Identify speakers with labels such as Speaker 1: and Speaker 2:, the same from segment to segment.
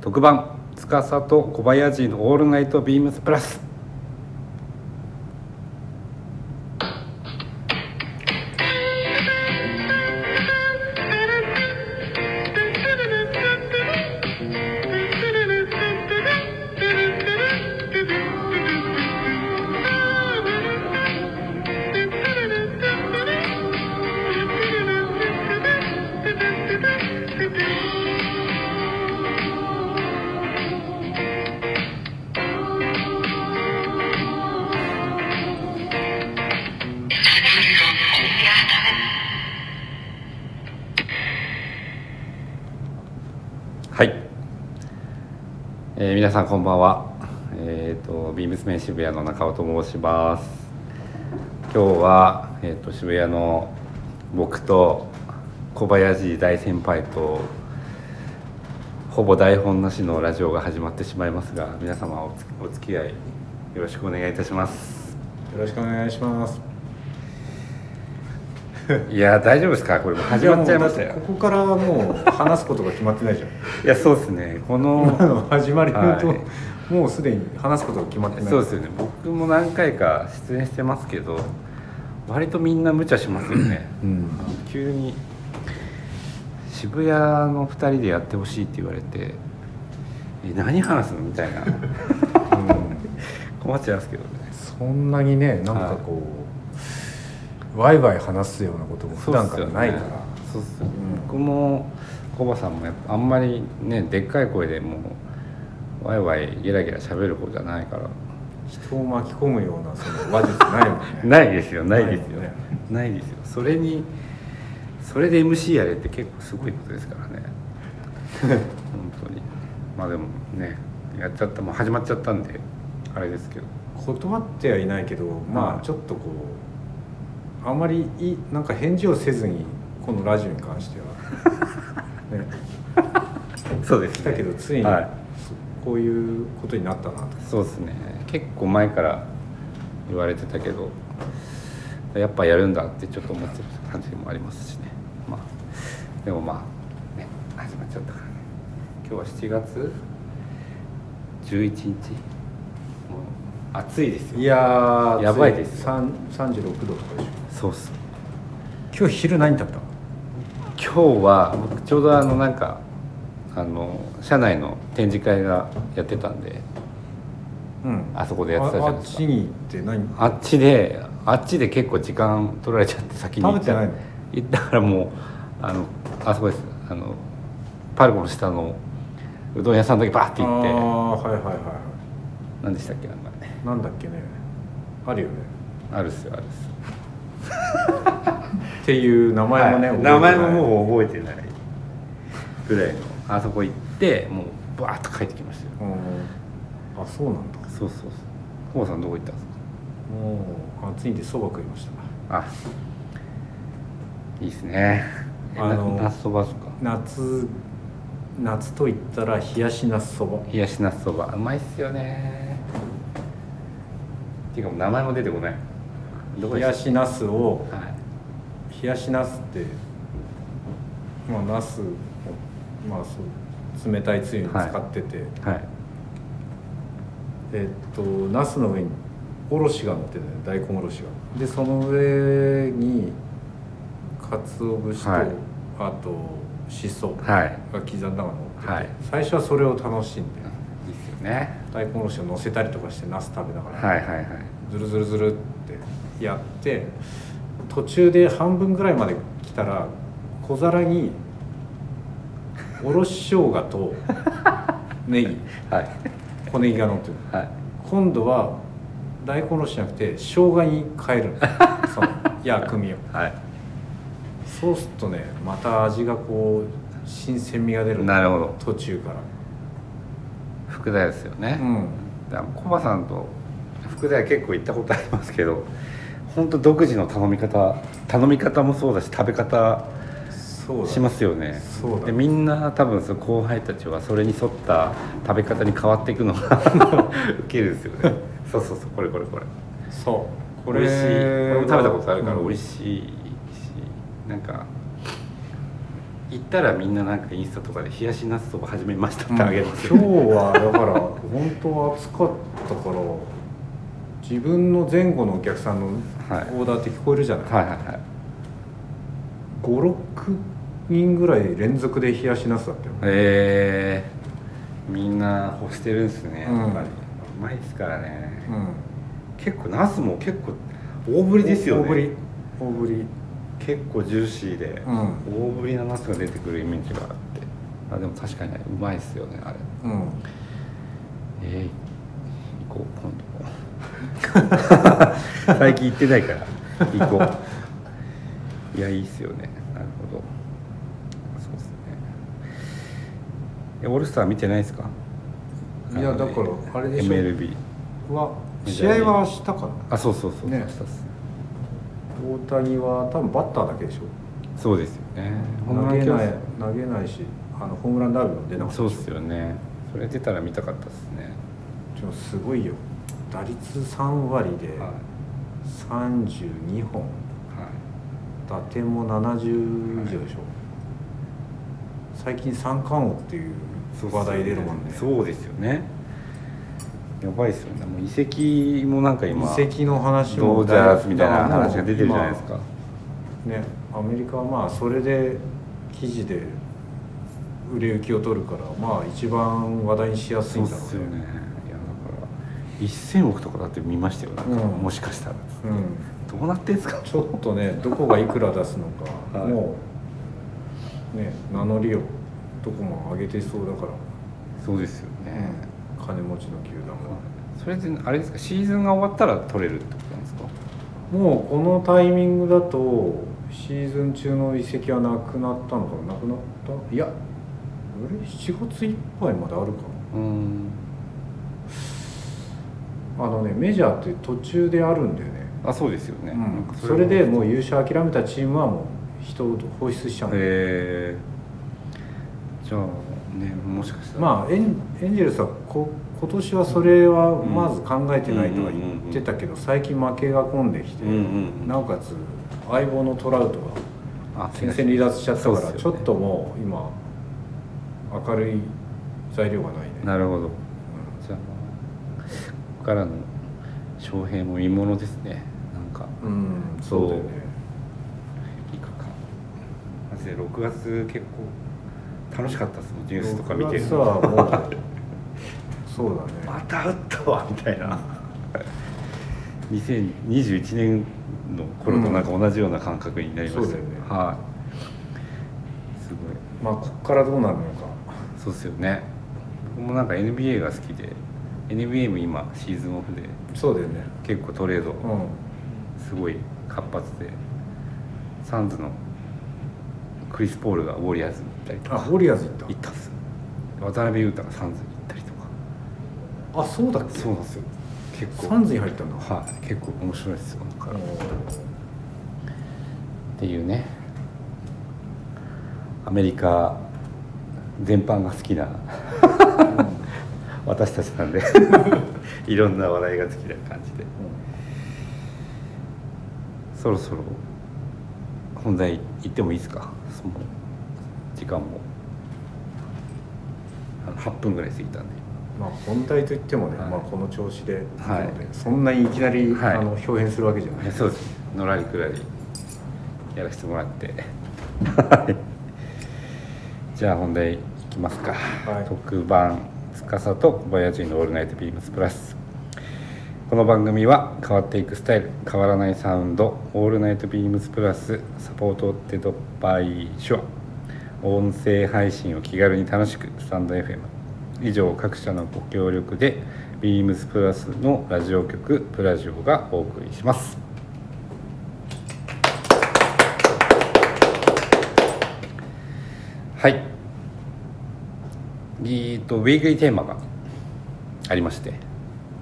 Speaker 1: 特番司と小林のオールナイトビームスプラスはい、えー皆さんこんばんはえっ、とビームスメン渋谷の中尾と申します今日は、えー、と渋谷の僕と小林大先輩とほぼ台本なしのラジオが始まってしまいますが皆様おつお付き合いよろしくお願いいたします
Speaker 2: よろしくお願いします。
Speaker 1: いやー大丈夫ですかこれもう始まっちゃいました
Speaker 2: や
Speaker 1: よ
Speaker 2: もうだってここからもう話すことが決まってないじゃん。
Speaker 1: いやそうですねこ の
Speaker 2: 今の始まりのと、
Speaker 1: はい
Speaker 2: もうすでに話すことが決まってない。
Speaker 1: そうですよね僕も何回か出演してますけど割とみんな無茶しますよね
Speaker 2: うん。
Speaker 1: 急に渋谷の2人でやってほしいって言われて「え何話すの?」みた いな困っちゃいますけどね
Speaker 2: そんなにね、なんかこう、ワイワイ話すようなことも普段からないから。
Speaker 1: そうっすよねそうっすよね
Speaker 2: うん
Speaker 1: 僕もコバさんもやっぱあんまりねでっかい声でもうワイワイゲラゲラ喋る方じゃないから
Speaker 2: 人を巻き込むようなその話術ないもんね。
Speaker 1: ないですよないですよ
Speaker 2: ないもんね
Speaker 1: ないですよそれにそれで MC やれって結構すごいことですから ね本当にまあでもねやっちゃったもう始まっちゃったんであれですけど
Speaker 2: 断ってはいないけど、ま
Speaker 1: は
Speaker 2: あ
Speaker 1: い
Speaker 2: ちょっとこうあんまりいなんか返事をせずにこのラジオに関して は、ね、
Speaker 1: そうです
Speaker 2: 来たけどついに
Speaker 1: はい
Speaker 2: こういうことになったなと。
Speaker 1: そうですね結構前から言われてたけどやっぱやるんだってちょっと思ってる感じもありますしねまあでもまあね始まっちゃったからね今日は7月11日もう暑いですよ
Speaker 2: いやー
Speaker 1: やばいですよ
Speaker 2: 三三十六度とかでしょ。
Speaker 1: そうっす
Speaker 2: 今日昼何食べたの？
Speaker 1: 今日は僕ちょうどあのなんかあの社内の展示会がやってたんで
Speaker 2: うん
Speaker 1: あそこでやってたじゃないですか
Speaker 2: ああっちに行って何？
Speaker 1: あっちであっちで結構時間取られちゃって先に行っちゃう
Speaker 2: 食べてない
Speaker 1: いだからもうあのあそこですあのパルコの下のうどん屋さんだけバーって行
Speaker 2: あ
Speaker 1: って
Speaker 2: あはいはいはいは
Speaker 1: 何でしたっけなんかね
Speaker 2: い。なんだっけね。あるよね。
Speaker 1: あるっすよあるっす
Speaker 2: っていう名前もね、
Speaker 1: はい
Speaker 2: 覚えてない
Speaker 1: もう覚えてないぐらいのあそこ行ってもうバーッと帰ってきましたよ
Speaker 2: うん。あそうなんだ。
Speaker 1: そうそうそうコウさんどこ行ったんですか
Speaker 2: もう暑いんでそば食いました。
Speaker 1: あいいっすね
Speaker 2: あの
Speaker 1: な夏そばっすか
Speaker 2: 夏夏と言ったら冷やしなすそば。
Speaker 1: 冷やしなすそばうまいっすよねっていうかもう名前も出てこないどこ
Speaker 2: 冷
Speaker 1: でした
Speaker 2: やしなすを
Speaker 1: はい
Speaker 2: 冷やしナスってまあナスをまあそう冷たいつゆに使ってて、
Speaker 1: はい
Speaker 2: えっとナスの上におろしが乗ってるね大根おろしがでその上に鰹節と、
Speaker 1: はい
Speaker 2: あとしそが
Speaker 1: はい
Speaker 2: 刻んだのが乗ってて、
Speaker 1: はい
Speaker 2: 最初はそれを楽しんで
Speaker 1: いいっすよね
Speaker 2: 大根おろしを乗せたりとかしてナス食べながら、
Speaker 1: はいはいはい
Speaker 2: ずるずるずるってやって途中で半分ぐらいまで来たら小皿におろし生姜 とネギ
Speaker 1: はい
Speaker 2: 小ネギが乗ってる
Speaker 1: はい
Speaker 2: 今度は大根おろしじゃなくて生姜に変えるの その薬味を
Speaker 1: はい
Speaker 2: そうするとねまた味がこう新鮮味が出る
Speaker 1: なるほど
Speaker 2: 途中から
Speaker 1: 福田屋ですよね、
Speaker 2: うん
Speaker 1: だからコバさんと福田屋結構行ったことありますけど本当独自の頼み方頼み方もそうだし食べ方
Speaker 2: そうだ
Speaker 1: しますよね
Speaker 2: そうだ
Speaker 1: でみんな多分その後輩たちはそれに沿った食べ方に変わっていくの がウケるんですよねそうそうそうこれこれこれ
Speaker 2: そう
Speaker 1: 美味しいこれも食べたことあるから
Speaker 2: うん
Speaker 1: 美味しいし、なんか行ったらみんななんかインスタとかで「冷やしナスそば始めました」って
Speaker 2: 今
Speaker 1: あ
Speaker 2: 日
Speaker 1: げるんですよ、
Speaker 2: はだから本当暑かったから自分の前後のお客さんの
Speaker 1: はい
Speaker 2: オーダーって聞こえるじゃない、
Speaker 1: はいはいはい
Speaker 2: 56人ぐらい連続で冷やしナスだったよ
Speaker 1: えー、みんな欲してるんですねやっ
Speaker 2: うん
Speaker 1: ぱり、うまいですからね
Speaker 2: うん
Speaker 1: 結構ナスも結構大ぶりですよね
Speaker 2: 大ぶり大ぶり
Speaker 1: 結構ジューシーで、
Speaker 2: う
Speaker 1: 大ぶりなナスが出てくるイメージがあってあでも確かにねうまいっすよねあれ
Speaker 2: うん
Speaker 1: えー、行こう今度 最近行ってないから行こういやいいっすよねなるほどそうですねえオールスター見てないですか
Speaker 2: いや
Speaker 1: あのね
Speaker 2: だからあれでしょ
Speaker 1: MLB
Speaker 2: は
Speaker 1: メジ
Speaker 2: 試
Speaker 1: ャーリーグ
Speaker 2: 合は明日かな
Speaker 1: あそうそうそう、
Speaker 2: ね
Speaker 1: 明日っす
Speaker 2: 大谷は多分バッターだけでしょ
Speaker 1: そうですよね
Speaker 2: 投げ
Speaker 1: ホーム
Speaker 2: な
Speaker 1: ラ
Speaker 2: い
Speaker 1: ン
Speaker 2: 投げないしあのホームランダービーも出なかった
Speaker 1: そう
Speaker 2: で
Speaker 1: っ
Speaker 2: しょ
Speaker 1: すよねそれ出たら見たかったですね
Speaker 2: ちょすごいよ打率3割で
Speaker 1: はい、
Speaker 2: 32本
Speaker 1: はい、
Speaker 2: 打点も70以上でしょ、最近三冠王っていう話題出るもんね
Speaker 1: そうですよねやばいですよねもう移籍もなんか今
Speaker 2: 移籍の話
Speaker 1: ド
Speaker 2: も
Speaker 1: ージャースみたいな話が出てるじゃないですか
Speaker 2: ねアメリカはまあそれで記事で売れ行きを取るからまあ一番話題にしやす
Speaker 1: そう
Speaker 2: い
Speaker 1: んっ
Speaker 2: だろ
Speaker 1: す
Speaker 2: う
Speaker 1: よ
Speaker 2: ね
Speaker 1: ねいやだから1000億とかだって見ましたよなんか、
Speaker 2: うん
Speaker 1: もしかしたら
Speaker 2: うん
Speaker 1: どうなってんすか
Speaker 2: ちょっとねどこがいくら出すのか、
Speaker 1: はい
Speaker 2: もうね名乗りをどこも上げてそうだから、
Speaker 1: そうですよね、
Speaker 2: 金持ちの球団は、
Speaker 1: それであれですかシーズンが終わったら取れるってことなんですか
Speaker 2: もうこのタイミングだとシーズン中の移籍はなくなったのかななくなったいや俺7月いっぱいまであるか
Speaker 1: うーん
Speaker 2: なあのねメジャーって途中であるんだよね、
Speaker 1: あそうですよね、なん
Speaker 2: う
Speaker 1: か
Speaker 2: ん、それでも
Speaker 1: う
Speaker 2: う優勝諦めたチームはもう人を放出しちゃうんだよ
Speaker 1: えー、じゃあねもしかしたら
Speaker 2: まあエンエンジェルスはこ今年はそれはまず考えてないとは
Speaker 1: うん
Speaker 2: 言ってたけど最近負けが込んできて、
Speaker 1: うんうんうん
Speaker 2: なおかつ相棒のトラウト
Speaker 1: あ
Speaker 2: が戦線離脱しちゃったか
Speaker 1: そう
Speaker 2: ら、
Speaker 1: っす
Speaker 2: ち
Speaker 1: よ
Speaker 2: ょ
Speaker 1: ね
Speaker 2: っともう今明るい材料がないね
Speaker 1: なるほどじゃあここからの翔平も見ものですねなんか
Speaker 2: うん、うんそうだよね
Speaker 1: いかかマジで6月結構楽しかったですもんニュースとか見てる
Speaker 2: 6月はもうそう だ
Speaker 1: ま
Speaker 2: ね
Speaker 1: た打ったわみたいな2021年の頃となんか同じような感覚になりましたよ
Speaker 2: うんそうだよね
Speaker 1: はいすごい
Speaker 2: まあこっからどうなるのか
Speaker 1: そうっすよね僕もなんか NBA が好きで NBA も今シーズンオフで
Speaker 2: そうだよね
Speaker 1: 結構トレード、
Speaker 2: うん
Speaker 1: すごい活発でサンズのクリス・ポールがウォリアーズに行ったりと
Speaker 2: あ
Speaker 1: か
Speaker 2: ウォリアーズ行
Speaker 1: 行
Speaker 2: っ
Speaker 1: ったんですよ渡辺裕太がサンズに行ったりとか
Speaker 2: たあそうだっけ
Speaker 1: そうなんですよ結構
Speaker 2: サンズに入ったんだ
Speaker 1: はい結構面白いですよだから、
Speaker 2: う
Speaker 1: っ
Speaker 2: ん
Speaker 1: ていうねアメリカ全般が好きな私たちなんで いろんな話題が好きな感じでそろそろ本題行ってもいいですかその時間もあの8分ぐらい過ぎたんで
Speaker 2: まあ、本題といってもね、
Speaker 1: はい
Speaker 2: まあ、この調子で、
Speaker 1: はい
Speaker 2: なのでそんなにいきなり、
Speaker 1: はい
Speaker 2: あの表現するわけじゃない、
Speaker 1: え そうですねのらりくらりやらせてもらって じゃあ本題いきますか、
Speaker 2: い
Speaker 1: 特番「司と小林のオールナイトビームスプラス」この番組は変わっていくスタイル変わらないサウンド「オールナイトビームスプラス」サポートってドッバイ手話音声配信を気軽に楽しくスタンド FM 以上各社のご協力でビームスプラスのラジオ局プラジオがお送りしますはいえーとウィークリーテーマがありまして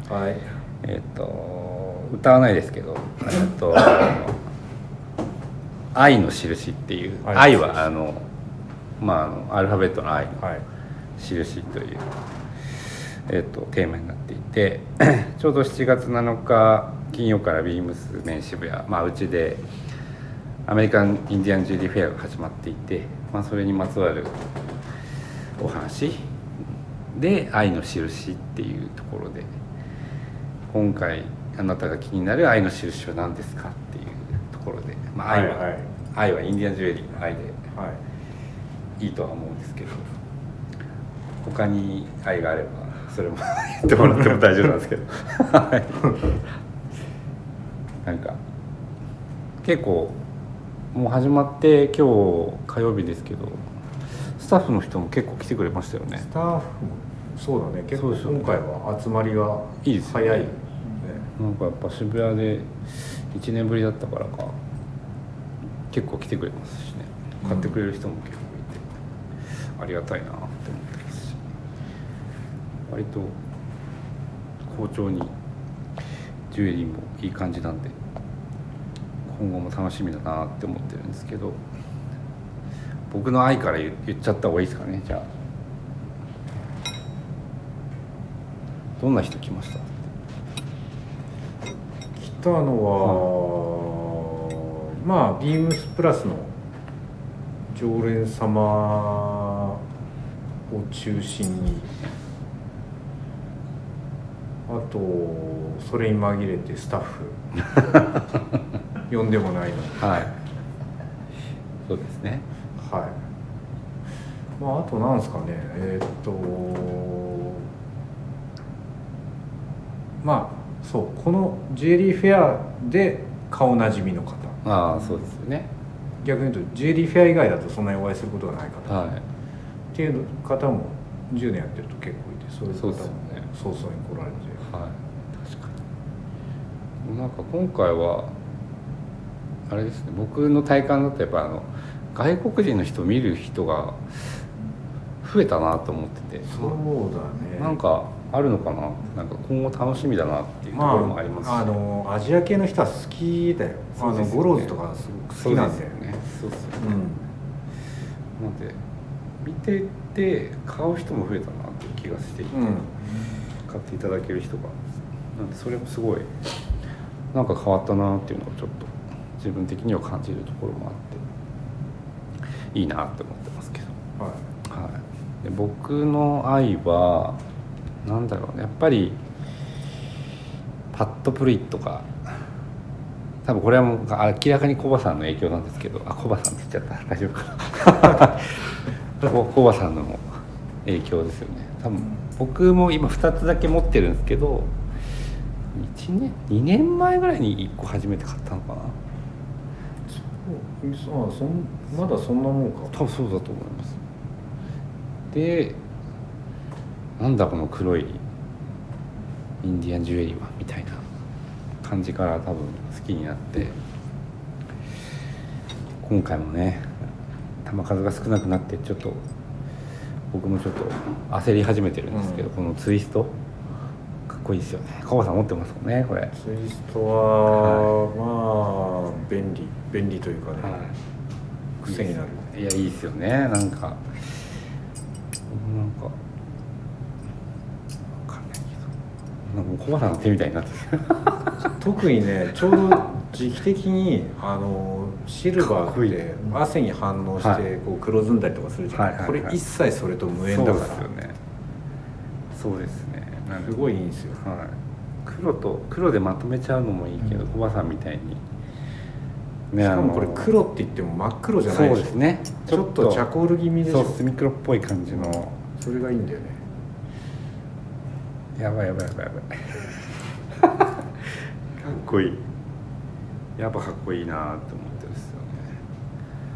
Speaker 2: はい、
Speaker 1: えっ、と歌わないですけどえっ、と「愛の印」っていう「
Speaker 2: はい
Speaker 1: 愛は」あのまああのアルファベットの「愛」の
Speaker 2: はい、
Speaker 1: 印という、えっとテーマになっていて ちょうど7月7日金曜からビームスメン渋谷、まあ、うちでアメリカン・インディアン・ジュリー・フェアが始まっていてまあ、それにまつわるお話で「愛の印」っていうところで今回あなたが気になる愛の印は何ですかっていうところで、まあ、愛は、
Speaker 2: はいはい
Speaker 1: 愛はインディアンジュエリーの愛で
Speaker 2: はい
Speaker 1: いとは思うんですけど他に愛があればそれも言ってもらっても大丈夫なんですけどはいなんか結構もう始まって今日火曜日ですけどスタッフの人も結構来てくれましたよね
Speaker 2: スタッフもそうだね結構
Speaker 1: そうそう
Speaker 2: 今回は集まりが
Speaker 1: いいですね
Speaker 2: 早いね
Speaker 1: なんかやっぱ渋谷で1年ぶりだったからか結構来てくれますしね買ってくれる人も結構いて、ありがたいなって思ってますし割と好調にジュエリーもいい感じなんで今後も楽しみだなって思ってるんですけど僕の愛から言言っちゃった方がいいですかねじゃあどんな人来ました
Speaker 2: 来たのは、まあビームスプラスの常連様を中心にあとそれに紛れてスタッフ呼んでもないのに
Speaker 1: はい。そうですね。
Speaker 2: はい。まああとなんですかね、えーっとまあそうこのジュエリーフェアで顔なじみの方、
Speaker 1: ああ、そうですよね。
Speaker 2: 逆に言うとジュエリーフェア以外だとそんなにお会いすることがない方、
Speaker 1: は
Speaker 2: っていう方も10年やってると結構いて、そういう方
Speaker 1: そう
Speaker 2: も
Speaker 1: ですよね
Speaker 2: 早々に来られて、
Speaker 1: い。はい。確かに。なんか今回は。あれですね。僕の体感だと、やっぱ、あの。外国人の人見る人が。増えたなと思ってて。
Speaker 2: そうだね。
Speaker 1: なんか。あるのかな。なんか今後楽しみだなっていうとこ
Speaker 2: ま
Speaker 1: ろもありますし。
Speaker 2: あ、あのアジア系の人は好きだよ。
Speaker 1: そうですよ
Speaker 2: あの
Speaker 1: ね
Speaker 2: ゴローズとかすごく好きなんだよね。
Speaker 1: ね。そうですよね。
Speaker 2: うん
Speaker 1: なので。見てて、買う人も増えたなっていう気がしていて。買っていただける人がなんでそれもすごいなんか変わったなっていうのをちょっと自分的には感じるところもあっていいなって思ってますけど、
Speaker 2: は
Speaker 1: は
Speaker 2: い、
Speaker 1: い、で僕の愛はなんだろうねやっぱりパッドプリットか多分これはもう明らかにコバさんの影響なんですけどあコバさんって言っちゃった大丈夫か なココバさんの影響ですよね多分僕も今2つだけ持ってるんですけど1年2年前ぐらいに1個初めて買ったのかな
Speaker 2: そうあそんまだそんなもんか
Speaker 1: 多分そうだと思いますでなんだこの黒いインディアンジュエリーはみたいな感じから多分好きになって今回もね球数が少なくなってちょっと僕もちょっと焦り始めてるんですけど、
Speaker 2: うん
Speaker 1: このツイストかっこいいですよねコバさん持ってますもんねこれ、はい、
Speaker 2: ツイストは、まあ便利便利というかね、癖になる
Speaker 1: いやいいですよねなんかなんか分かんないけどなんかもう小原の手みたいになってる
Speaker 2: 特にねちょうど時期的にあのシル
Speaker 1: か
Speaker 2: バ
Speaker 1: っこ
Speaker 2: ー
Speaker 1: い
Speaker 2: っ
Speaker 1: い
Speaker 2: て汗に反応して、
Speaker 1: はい
Speaker 2: こう黒ずんだりとかするじゃん、
Speaker 1: はいはいはい
Speaker 2: これ一切それと無縁だ
Speaker 1: そう
Speaker 2: から
Speaker 1: ですよねそうですねなん
Speaker 2: す
Speaker 1: か
Speaker 2: ごいいいんですよ
Speaker 1: はい、黒と黒でまとめちゃうのもいいけど、
Speaker 2: うん
Speaker 1: 小原さんみたいにね
Speaker 2: しかも
Speaker 1: あの
Speaker 2: これ黒って言っても真っ黒じゃない
Speaker 1: そ
Speaker 2: で
Speaker 1: う
Speaker 2: しょ
Speaker 1: ですね
Speaker 2: ちょっとチャコール気味でし
Speaker 1: そ
Speaker 2: ょ
Speaker 1: う墨黒っぽい感じの
Speaker 2: それがいいんだよね
Speaker 1: やばいやばいやばいやばいかっこいいやっぱかっこいいなって思ってるんですよね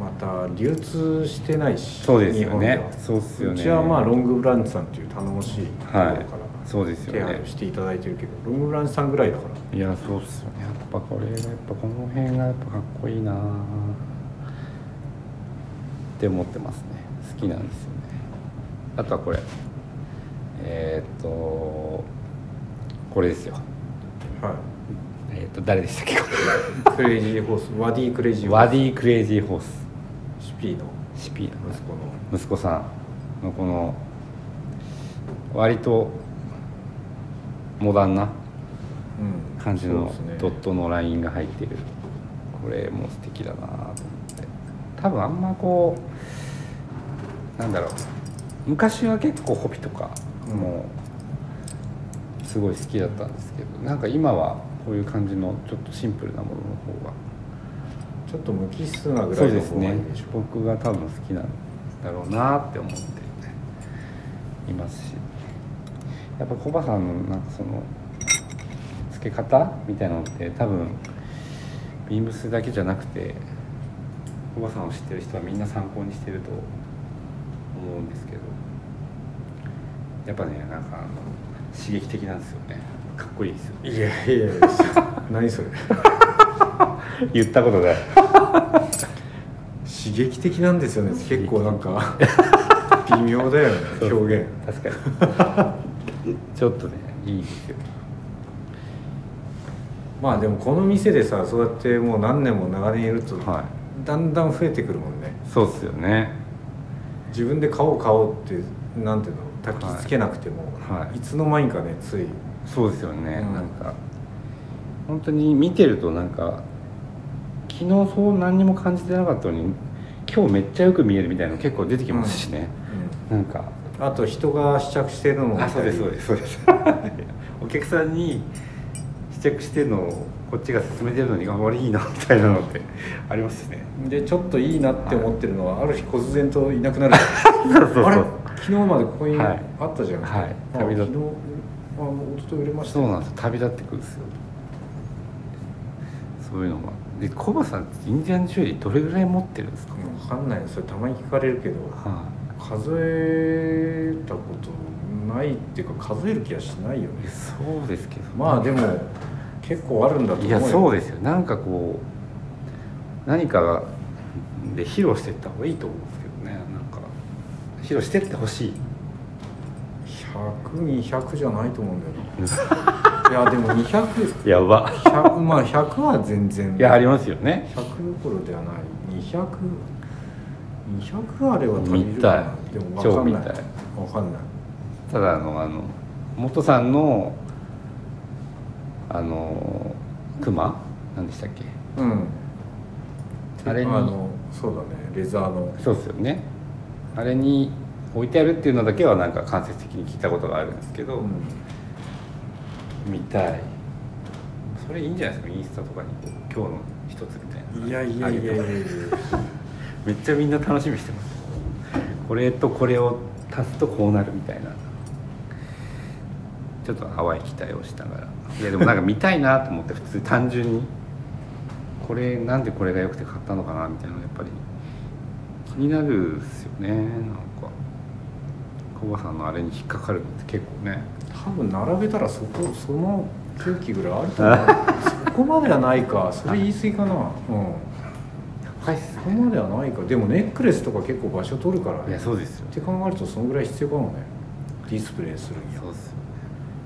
Speaker 2: また流通してないし
Speaker 1: そうです
Speaker 2: 日
Speaker 1: よ
Speaker 2: 本で
Speaker 1: ね
Speaker 2: は
Speaker 1: そうですよね
Speaker 2: うちはまあロングブランチさんっていう頼もしいところから
Speaker 1: はいそうです
Speaker 2: 手
Speaker 1: よね
Speaker 2: 配をしていただいてるけど、ロングブランチさんぐらいだから
Speaker 1: いやそうっすよねやっぱこれやっぱこの辺がやっぱかっこいいなって思ってますね好きなんですよねあとはこれえーっとこれですよ
Speaker 2: はい
Speaker 1: えーっと誰でしたっけこ
Speaker 2: クレイジーホースワディクレイジ
Speaker 1: れ
Speaker 2: ーホ
Speaker 1: ワ
Speaker 2: ース
Speaker 1: ディ・クレイジー・ホース
Speaker 2: シピの
Speaker 1: シピーの
Speaker 2: 息子の
Speaker 1: 息子さんのこの割とモダンな
Speaker 2: うん
Speaker 1: 感じの
Speaker 2: そうですね
Speaker 1: ドットのラインが入ってるこれも素敵だなと思って多分あんまこうなんだろう昔は結構ホピとかもうすごい好きだったんですけどなんか今はこういう感じのちょっとシンプルなものの方が
Speaker 2: ちょっと無機質なぐ
Speaker 1: そ
Speaker 2: ら
Speaker 1: う
Speaker 2: いの
Speaker 1: です
Speaker 2: 方が
Speaker 1: ね
Speaker 2: いいでしょ
Speaker 1: 僕が多分好きなんだろうなって思っていますしやっぱコバさんのなんかその付け方みたいなのって多分ビームスだけじゃなくてコバさんを知ってる人はみんな参考にしてると思うんですけどやっぱねなんかあの刺激的なんですよねかっこいいですよ
Speaker 2: いやいやいや何それ
Speaker 1: 言ったこと ない
Speaker 2: 刺激的なんですよね結構なんか微妙だよね表現
Speaker 1: 確かに ちょっとねいいですよ
Speaker 2: まあでもこの店でさそうやってもう何年も長年いると、
Speaker 1: は
Speaker 2: だんだん増えてくるもんね
Speaker 1: そうっすよね
Speaker 2: 自分で買おう買おうってなんていうの焚きつけなくても、
Speaker 1: はいはい
Speaker 2: いつの間にかねつい
Speaker 1: そうですよね、
Speaker 2: うん
Speaker 1: なんか本当に見てるとなんか昨日そう何にも感じてなかったのに今日めっちゃよく見えるみたいなの結構出てきますしね、なんか
Speaker 2: あと人が試着してるのも見たり
Speaker 1: すそうです お客さんに試着してるのをこっちが勧めてるのにあんまりいいなみたいなのってありますしね
Speaker 2: でちょっといいなって思ってるのは、ある日忽然といなくなる
Speaker 1: そうそうそう
Speaker 2: あれ昨日までここに
Speaker 1: はい
Speaker 2: あったじゃん、
Speaker 1: はい
Speaker 2: あ
Speaker 1: 旅立
Speaker 2: 昨
Speaker 1: っ
Speaker 2: 日あもう一昨日売れました
Speaker 1: そう
Speaker 2: よ
Speaker 1: なんですよ旅立ってくるんですよそういうのがでコバさんってインディアンジュエリーどれぐらい持ってるんですか、
Speaker 2: 分かんないそれたまに聞かれるけど
Speaker 1: は
Speaker 2: 数えたことないっていうか数える気はしないよ
Speaker 1: い、
Speaker 2: ね
Speaker 1: そうですけど
Speaker 2: まあでも結構あるんだと思う
Speaker 1: い
Speaker 2: よ
Speaker 1: やそうですよなんかこう何かがで披露していった方がいいと思うんですけどねなんか披露してってほしい
Speaker 2: 100に100じゃないと思うんだよないやでも 200100
Speaker 1: やば
Speaker 2: まあ100は全然
Speaker 1: いやありますよね
Speaker 2: 100どころではない200200あれは足りるな
Speaker 1: 見たい
Speaker 2: でも分か
Speaker 1: 超
Speaker 2: んない
Speaker 1: 見たい
Speaker 2: 分かんない
Speaker 1: ただあのあの元さんのあの熊何でしたっけ
Speaker 2: うん
Speaker 1: あれに
Speaker 2: のそうだねレザーの
Speaker 1: そうですよねあれに置いてあるっていうのだけはなんか間接的に聞いたことがあるんですけど、
Speaker 2: うん
Speaker 1: 見たいそれいいんじゃないですかインスタとかに今日の一つみたいないい
Speaker 2: やいやいやいやいや
Speaker 1: めっちゃみんな楽しみにしてますこれとこれを足すとこうなるみたいなちょっと淡い期待をしながらいやでもなんか見たいなと思って普通単純にこれなんでこれが良くて買ったのかなみたいなのやっぱり気になるっすよねなんかコバさんのあれに引っかかるのって結構ね
Speaker 2: 多分並べたらそこその空気ぐらいあると思う そこまではないかそれ言い過ぎかなうん
Speaker 1: 高いっす
Speaker 2: そこまではないかでもネックレスとか結構場所取るから
Speaker 1: い
Speaker 2: ね
Speaker 1: やそうですよ
Speaker 2: って考えるとそのぐらい必要かもねディスプレイするには
Speaker 1: そうっすよね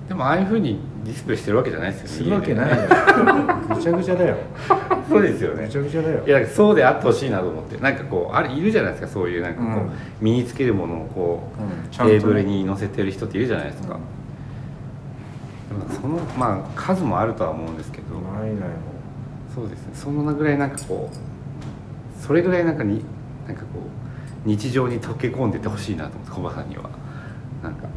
Speaker 1: でもああいうふうにディスプレイしてるわけじゃないですよね
Speaker 2: するわけないいよ ぐちゃぐちゃだよ
Speaker 1: そうです よね
Speaker 2: ぐちゃぐちゃだよ
Speaker 1: いやそうであってほしいなと思ってなんかこうあれいるじゃないですかそういうなんかこう、
Speaker 2: うん
Speaker 1: 身につけるものをこう、
Speaker 2: うんち
Speaker 1: テ
Speaker 2: ゃんとね
Speaker 1: ーブルに載せてる人っているじゃないですか、でもそのまあ数もあるとは思うんですけど、
Speaker 2: ないないも
Speaker 1: そうですねそのぐらいなんかこうそれぐらいなんかになんかこう日常に溶け込んでてほしいなと思って小バさんにはなんか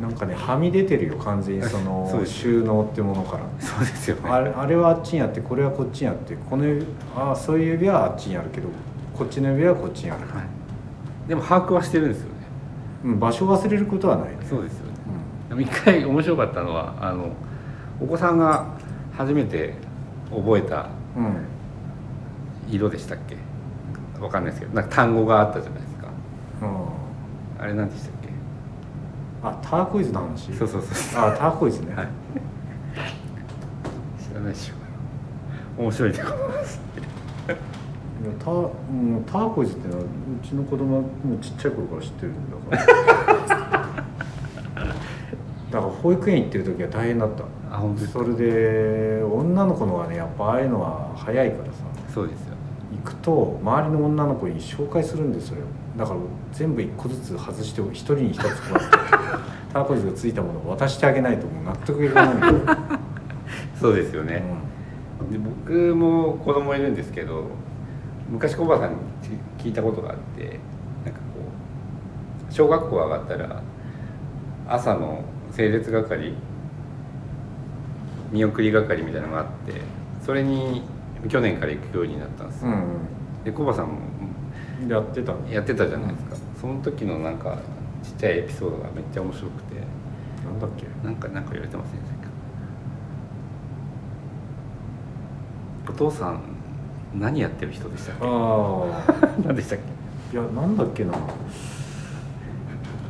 Speaker 2: うなんかねはみ出てるよ完全にその
Speaker 1: そうです
Speaker 2: 収納ってものから
Speaker 1: そうですよね
Speaker 2: あれあれはあっちにあってこれはこっちにあってこの指あそういう指はあっちにあるけどこっちの指はこっちにある、
Speaker 1: はい、でも把握はしてるんですよね
Speaker 2: うん、場所忘れることはないね
Speaker 1: そうですよね
Speaker 2: う
Speaker 1: でも一回面白かったのはあのお子さんが初めて覚えた
Speaker 2: ん、うん、
Speaker 1: 色でしたっけわかんないですけどなんか単語があったじゃないですか
Speaker 2: うん
Speaker 1: あれ何でしたっ
Speaker 2: あターコイズの話
Speaker 1: けそうそうそう
Speaker 2: あターコイズね、
Speaker 1: はい知らないでしょ面白いところです
Speaker 2: いやターもうターコイズってのはうちの子供はもうちっちゃい頃から知ってるんだからだ から保育園行ってる時は大変だった
Speaker 1: あ本当ですか
Speaker 2: それで女の子のがねやっぱああいうのは早いからさ
Speaker 1: そうですよね
Speaker 2: 行くと周りの女の子に紹介するんですよだから全部一個ずつ外して一人に一つ配って ターコイズがついたものを渡してあげないともう納得いかないんだよ、
Speaker 1: そうですよね、
Speaker 2: う
Speaker 1: で僕も子供いるんですけど昔小バさんに聞いたことがあってなんかこう小学校上がったら朝の整列係見送り係みたいなのがあってそれに去年から行くようになったんですよ、でコバさんも
Speaker 2: うんやってたね
Speaker 1: やってたじゃないですかその時のなんかちっちゃいエピソードがめっちゃ面白くて
Speaker 2: なんだっけ
Speaker 1: なんかなんか言われてませんでしたかお父さん何やってる人でしたっ
Speaker 2: ああ
Speaker 1: け何でしたっけ
Speaker 2: いやなんだっけな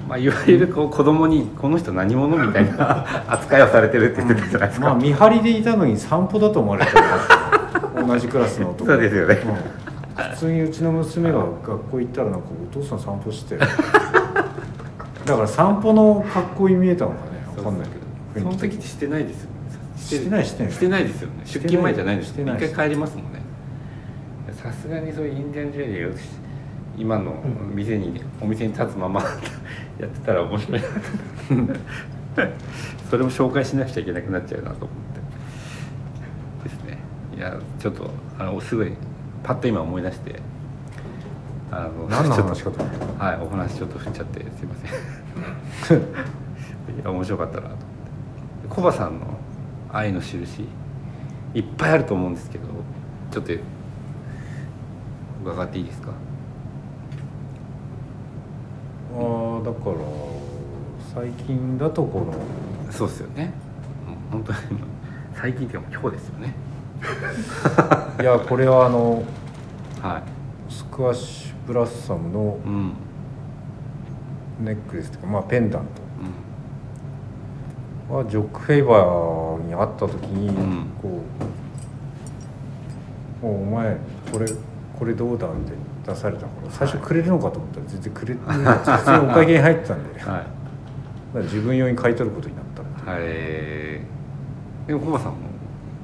Speaker 1: まあ、いわゆるこう子供にこの人何者みたいな扱いをされてるって言ってたじゃないですか、
Speaker 2: まあ見張りでいたのに散歩だと思われてる同じクラスの男
Speaker 1: そうですよね
Speaker 2: うん普通にうちの娘が学校行ったらなんかお父さん散歩してだから散歩の格好に見えたのかね
Speaker 1: そ
Speaker 2: 分
Speaker 1: う
Speaker 2: かんないけど
Speaker 1: その時
Speaker 2: 雰囲
Speaker 1: っ
Speaker 2: 気
Speaker 1: てしてないですよね
Speaker 2: してないしてない
Speaker 1: してないですよね
Speaker 2: して
Speaker 1: 出
Speaker 2: ない
Speaker 1: 勤前じゃないです
Speaker 2: して
Speaker 1: よ
Speaker 2: ない
Speaker 1: ね
Speaker 2: です
Speaker 1: 一回帰りますもんねさすがにそういうインディアンジュエリーを今の店に、お店に立つま まやってたら面白いなそれも紹介しなくちゃいけなくなっちゃうなと思ってですねいやちょっとあのすごいパッと今思い出してあの
Speaker 2: 何の話
Speaker 1: ちょ
Speaker 2: か
Speaker 1: っ
Speaker 2: と思った
Speaker 1: とはいお話ちょっと振っちゃってすいませんい や面白かったなと思ってコバさんの「愛の印」いっぱいあると思うんですけどちょっと伺っていいですか
Speaker 2: あーだから最近だとこの
Speaker 1: そうですよねもう本当に今最近っていうかもう今日ですよね
Speaker 2: いやこれはあの
Speaker 1: は
Speaker 2: スクワッシュブラッサムの
Speaker 1: いうんうん
Speaker 2: ネックレスというか、まあ、ペンダントはジョック・フェイバーに会った時に、
Speaker 1: うん
Speaker 2: こう「おうお前これこれどうだ?」って出されたから最初くれるのかと思ったら全然くれて普通にお会計に入ってたん でだか
Speaker 1: はい
Speaker 2: ら自分用に買い取ることになったっていう
Speaker 1: はいでもコバさんも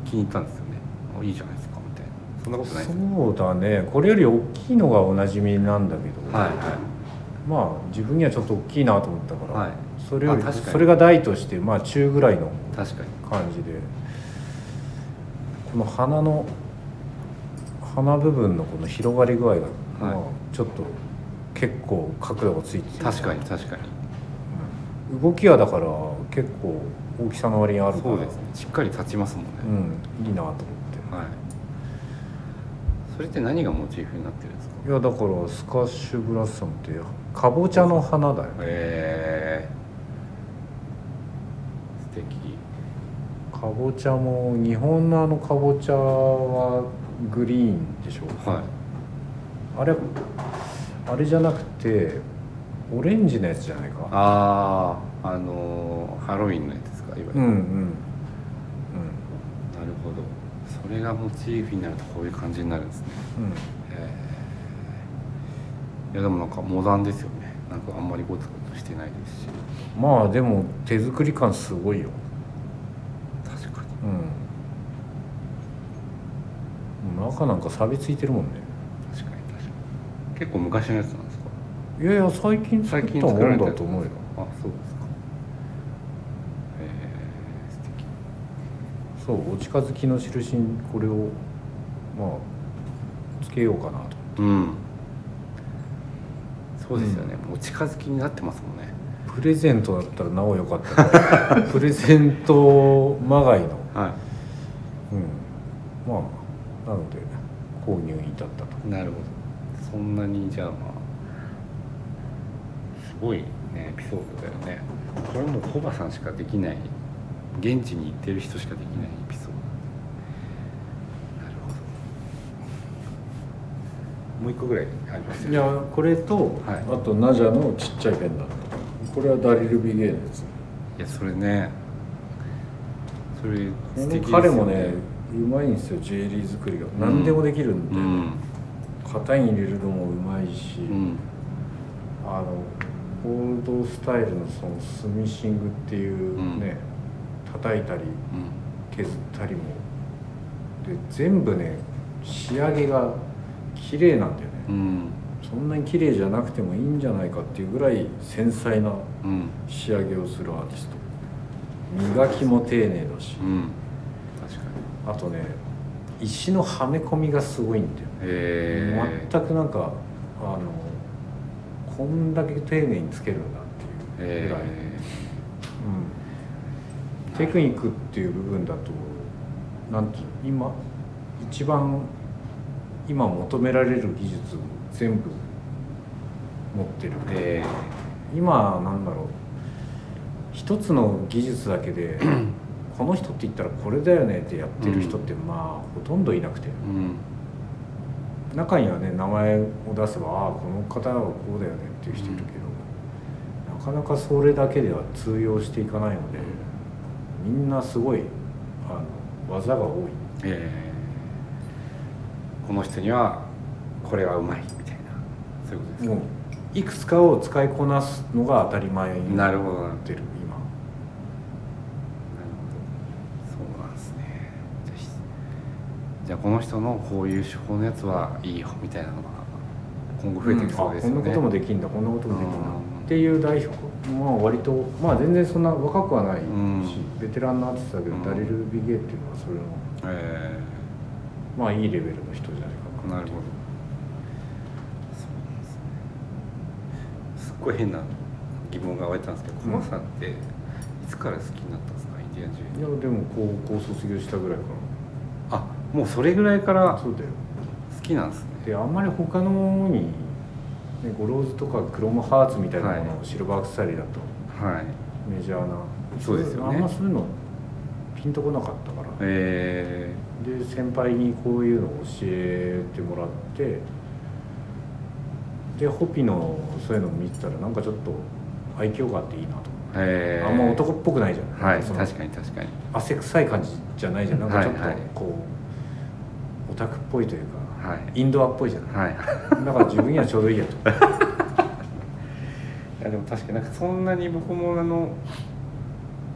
Speaker 1: 気に入ったんですよねおいいじゃないですかみたいなそんなことないですよね
Speaker 2: そうだねこれより大きいのがおなじみなんだけど、
Speaker 1: はいは
Speaker 2: まあ自分にはちょっと大きいなと思ったから、
Speaker 1: はい
Speaker 2: それより
Speaker 1: あ確かに
Speaker 2: それが大としてまあ中ぐらいの
Speaker 1: い確かに
Speaker 2: 感じでこの鼻の鼻部分のこの広がり具合が、まあ、ちょっと結構角度がついて
Speaker 1: 確かに確かに
Speaker 2: に動きはだから結構大きさの割にあるから
Speaker 1: そうですねしっかり立ちますもんね、
Speaker 2: うん、いいなと思って
Speaker 1: はいそれって何がモチーフになってるんですか
Speaker 2: いやだからスカッシュブラッサムってかぼちゃの花だよね
Speaker 1: へえ素敵
Speaker 2: かぼちゃも日本のあのかぼちゃはグリーンでしょ
Speaker 1: は
Speaker 2: あれあれじゃなくてオレンジのやつじゃないか
Speaker 1: あああのーハロウィンのやつですかいわゆる、
Speaker 2: うんう
Speaker 1: なる
Speaker 2: ん
Speaker 1: ほどそれがモチーフになるとこういう感じになるんですね
Speaker 2: うん
Speaker 1: へえいやでもなんかモダンですよねなんかあんまりゴツゴツしてないですし
Speaker 2: まあでも手作り感すごいよ
Speaker 1: 確かに
Speaker 2: うんもう中なんか錆びついてるもんね
Speaker 1: 確かに確かに結構昔のやつなんですか
Speaker 2: いやいや最近作ったもんだと思うよ
Speaker 1: あそうですかへえ素敵
Speaker 2: そうお近づきの印にこれをまあつけようかなと
Speaker 1: うんそうですよね、もう近づきになってますもんね
Speaker 2: プレゼントだったらなお良かった からプレゼントまがいの
Speaker 1: は
Speaker 2: うんまあなので購入に至ったと
Speaker 1: いなるほどそんなにじゃあまあすごいねエピソードだよねこれもうコバさんしかできない現地に行ってる人しかできないエピソードなるほどもう一個ぐらいありますよ
Speaker 2: い
Speaker 1: ね
Speaker 2: やこれと、
Speaker 1: はい
Speaker 2: あとナジャのちっちゃいペンダントこれはダリル・ビゲーのやつ
Speaker 1: いやそれねそれ素敵ですよ
Speaker 2: この彼もねうまいんですよジュエリー作りが、
Speaker 1: ん
Speaker 2: 何でもできるん
Speaker 1: う
Speaker 2: で、
Speaker 1: ん
Speaker 2: 型に入れるのもうまいし、
Speaker 1: うん
Speaker 2: あのオールドスタイルのそのスミッシングっていうね、叩いたり
Speaker 1: うん
Speaker 2: 削ったりもで全部ね仕上げが綺麗なんだよね、
Speaker 1: うん
Speaker 2: そんなに綺麗じゃなくてもいいんじゃないかっていうぐらい繊細な
Speaker 1: うん
Speaker 2: 仕上げをするアーティスト磨きも丁寧だし
Speaker 1: うん確かに
Speaker 2: あとね石のはめ込みがすごいんだよ、
Speaker 1: えー、
Speaker 2: 全くなんかあのこんだけ丁寧につけるんだっていうぐらい、
Speaker 1: え
Speaker 2: うん、テクニックっていう部分だとなんと今一番今求められる技術を全部持ってる、
Speaker 1: ーえ
Speaker 2: 今なんだろう一つの技術だ けでこの人って言ったらこれだよねってやってる人ってまあほとんどいなくて
Speaker 1: ーうん
Speaker 2: 中にはね名前を出せばああこの方はこうだよねっていう人いるけど、なかなかそれだけでは通用していかないのでみんなすごいあの技が多い
Speaker 1: えーこの人にはこれがうまいみたいなそういうことです
Speaker 2: も
Speaker 1: ね
Speaker 2: ういくつかを使いこなすのが当たり前に
Speaker 1: な
Speaker 2: なっ
Speaker 1: るほどな
Speaker 2: てる今
Speaker 1: なるほどそうなんですねじゃあひじゃあこの人のこういう手法のやつはいいよみたいなのが今後増えてきそうですよね、
Speaker 2: うんあこんなことも
Speaker 1: で
Speaker 2: できんだこんなこともできんだ
Speaker 1: うん
Speaker 2: っていう代表まあ割とまあ全然そんな若くはないし、
Speaker 1: うん
Speaker 2: ベテランのアーティストだけど、
Speaker 1: うん
Speaker 2: ダリル・ビゲっていうのはそれの
Speaker 1: え
Speaker 2: まあいいレベルの人じゃないか
Speaker 1: ー
Speaker 2: な
Speaker 1: なるほどそうなんですねすっごい変な疑問が湧いたんですけど、コマさんっていつから好きになったんですかインディアンジュ
Speaker 2: い
Speaker 1: エル
Speaker 2: やでも高校卒業したぐらいか
Speaker 1: あもうそれぐらいから
Speaker 2: な
Speaker 1: 好
Speaker 2: そうだよ
Speaker 1: きなんですね
Speaker 2: であんまり他のものに、ね、ゴローズとかクロムハーツみたいなものを、
Speaker 1: はい
Speaker 2: シルバーアクセサリーだと
Speaker 1: はい
Speaker 2: メジャーな
Speaker 1: そうですよね
Speaker 2: あんまそういうのピンとこなかったから
Speaker 1: え
Speaker 2: で先輩にこういうのを教えてもらってでホピのそういうのを見てたらなんかちょっと愛嬌があっていいなと思
Speaker 1: ー、え
Speaker 2: って、
Speaker 1: ー、
Speaker 2: あんま男っぽくないじゃん、
Speaker 1: は
Speaker 2: なん
Speaker 1: い
Speaker 2: かその
Speaker 1: 確かに確かに
Speaker 2: 汗臭い感じじゃないじゃんなんかちょっと
Speaker 1: はいはい
Speaker 2: こう、オタクっぽいというか
Speaker 1: はい
Speaker 2: インドアっぽいじゃな
Speaker 1: は
Speaker 2: い
Speaker 1: い
Speaker 2: だから自分にはちょうどいいやと
Speaker 1: いやでも確かになんかそんなに僕もあの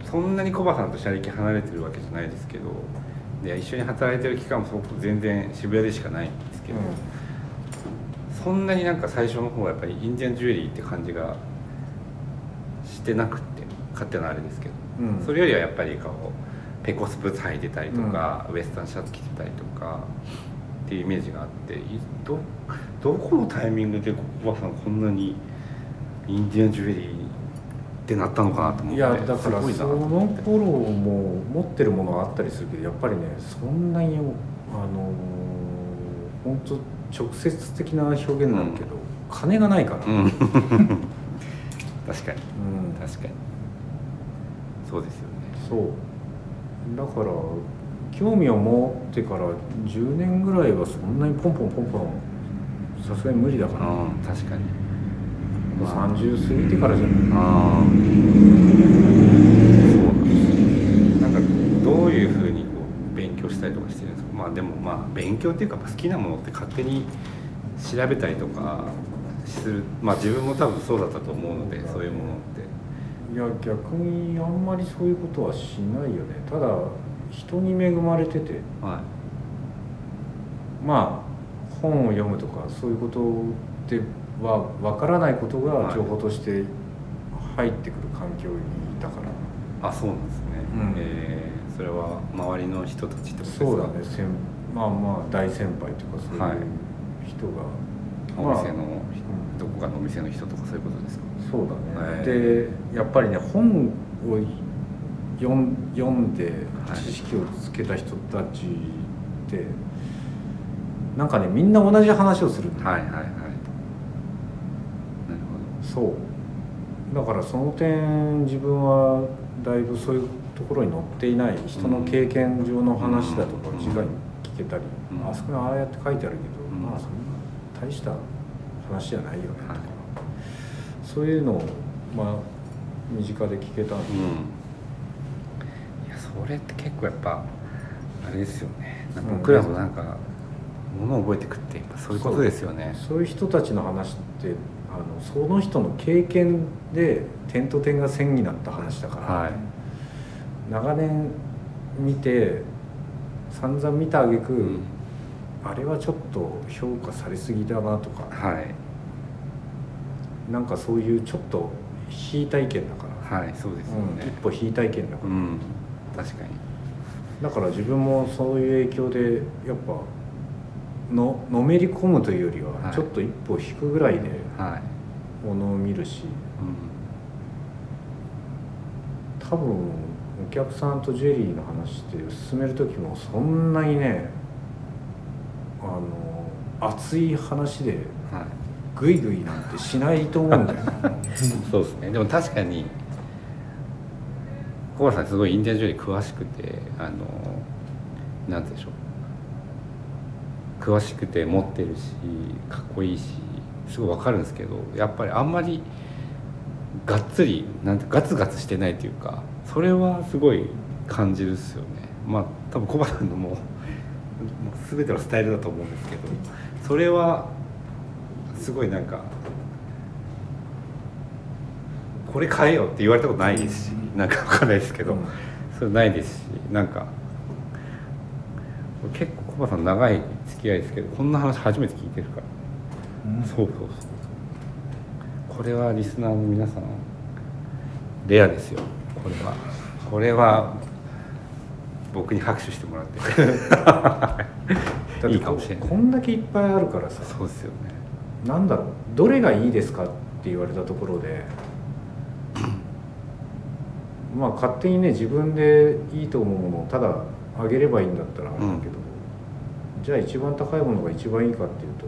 Speaker 1: そんなにコバさんと車歴離れてるわけじゃないですけどで一緒に働いてる期間もすごく全然渋谷でしかないんですけど、そんなになんか最初の方はやっぱりインディアンジュエリーって感じがしてなくって勝手なあれですけど、
Speaker 2: うん
Speaker 1: それよりはやっぱりこうペコスプーツ履いてたりとか、ウエスタンシャツ着てたりとかっていうイメージがあっていどどこのタイミングでおばさんこんなにインディアンジュエリーってなったのかなと思って
Speaker 2: いやだから
Speaker 1: すごいな
Speaker 2: その頃も持ってるものはあったりするけどやっぱりねそんなにあの本当直接的な表現なんだけど、金がないから、
Speaker 1: うん 確かに
Speaker 2: うん
Speaker 1: 確かにそうですよね
Speaker 2: そうだから興味を持ってから10年ぐらいはそんなにポンポンポンポンさすがに無理だから、
Speaker 1: うん確かに
Speaker 2: まあ、30過ぎてからじゃない
Speaker 1: ああそうなんですねなんかどういうふうにこう勉強したりとかしてるんですかまあでもまあ勉強っていうかまあ好きなものって勝手に調べたりとかするまあ自分も多分そうだったと思うのでそういうものって
Speaker 2: いや逆にあんまりそういうことはしないよねただ人に恵まれてて
Speaker 1: は
Speaker 2: まあ本を読むとかそういうことでは分からないこと
Speaker 1: は
Speaker 2: が
Speaker 1: い
Speaker 2: 情報として入ってくる環境にいたから、
Speaker 1: いあそうなんですね、
Speaker 2: うん
Speaker 1: えーそれは周りの人たちってことですか
Speaker 2: そうだね先まあまあ大先輩とかそういう
Speaker 1: はい
Speaker 2: 人が、
Speaker 1: お店の、
Speaker 2: うん
Speaker 1: どこかのお店の人とかそういうことですか
Speaker 2: そうだね、
Speaker 1: へ
Speaker 2: でやっぱりね本を読ん読んで
Speaker 1: はい
Speaker 2: 知識をつけた人たちって、なんかねみんな同じ話をするんだよ
Speaker 1: はいはいはいなる
Speaker 2: そうだからその点自分はだいぶそういうところに載っていない人の経験上の話だとか
Speaker 1: うん
Speaker 2: 次回聞けたり、
Speaker 1: うん
Speaker 2: あそこにああやって書いてあるけど、
Speaker 1: うん
Speaker 2: まあそんな大した話じゃないよねとか、
Speaker 1: はい
Speaker 2: そういうのをまあ身近で聞けたん
Speaker 1: ほどうんいやそれって結構やっぱあれですよねなんか僕らもなんかものを覚えてくってやっぱそういうことですよね
Speaker 2: そういう人たちの話ってあのその人の経験で点と点が線になった話だから、
Speaker 1: はい
Speaker 2: 長年見て散々見た挙句、
Speaker 1: うん
Speaker 2: あれはちょっと評価されすぎだなとか
Speaker 1: はい
Speaker 2: なんかそういうちょっと非体験だから、
Speaker 1: はいそうですよ
Speaker 2: うん一
Speaker 1: ね
Speaker 2: 歩非体験だか
Speaker 1: う
Speaker 2: ら、
Speaker 1: ん確かに
Speaker 2: だから自分もそういう影響でやっぱののめり込むというより
Speaker 1: は
Speaker 2: はいちょっと一歩引くぐらいで
Speaker 1: はい
Speaker 2: ものを見るし多分お客さんとジェリーの話って進める時もそんなにねあの熱い話で
Speaker 1: はい
Speaker 2: グイグイなんてしないと思うんだよね
Speaker 1: そうですねでも確かに小原さんすごいインディアンジョリー詳しくてあのなんて言うんでしょう詳しくて持ってるしかっこいいしすごいわかるんですけどやっぱりあんまりがっつりなんてガツガツしてないというかそれはすごい感じるっすよねまあ多分小原さんのもうもう全てのスタイルだと思うんですけどそれはすごいなんかこれ変えようって言われたことないですしなんかわかんないですけど、
Speaker 2: うん
Speaker 1: それないですしなんか結構コバさん長い付き合いですけどこんな話初めて聞いてるから、 そうそうそうこれはリスナーの皆さんレアですよこれはこれは僕に拍手してもらっ
Speaker 2: だっ てて
Speaker 1: いいかもしれない
Speaker 2: こんだけいっぱいあるからさ
Speaker 1: そうですよね
Speaker 2: なんだろうどれがいいですかって言われたとこ ろでまあ勝手にね自分でいいと思うものをただあげればいいんだったらあれだけど、じゃあ一番高いものが一番いいかっていうと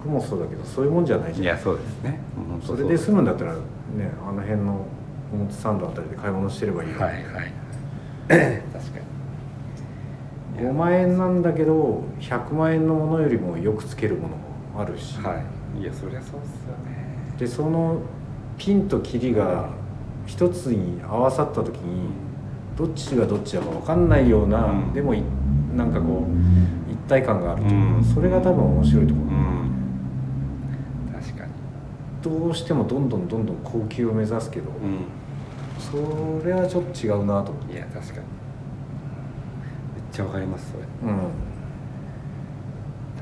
Speaker 2: 服もそうだけどそういうもんじゃない
Speaker 1: い
Speaker 2: じゃん
Speaker 1: やそうですね本当
Speaker 2: そうれで済むんだったらねあの辺の表参道あたりで買い物してればいいよ、
Speaker 1: はいはい確かに
Speaker 2: 5万円なんだけど100万円のものよりもよくつけるものもあるし、
Speaker 1: はい、いやそりゃそうっすよね
Speaker 2: でそのピンとキリが一つに合わさった時にどっちがどっちだか分かんないような、
Speaker 1: うん
Speaker 2: でもいなんかこう一体感があるというか
Speaker 1: うん
Speaker 2: それが多分面白いとこ
Speaker 1: うん確かに
Speaker 2: ろ、どうしてもどんどんどんどん高級を目指すけど、
Speaker 1: う
Speaker 2: それはちょっと違うなと、
Speaker 1: んいや確かにめっちゃわかりますそれ
Speaker 2: うん、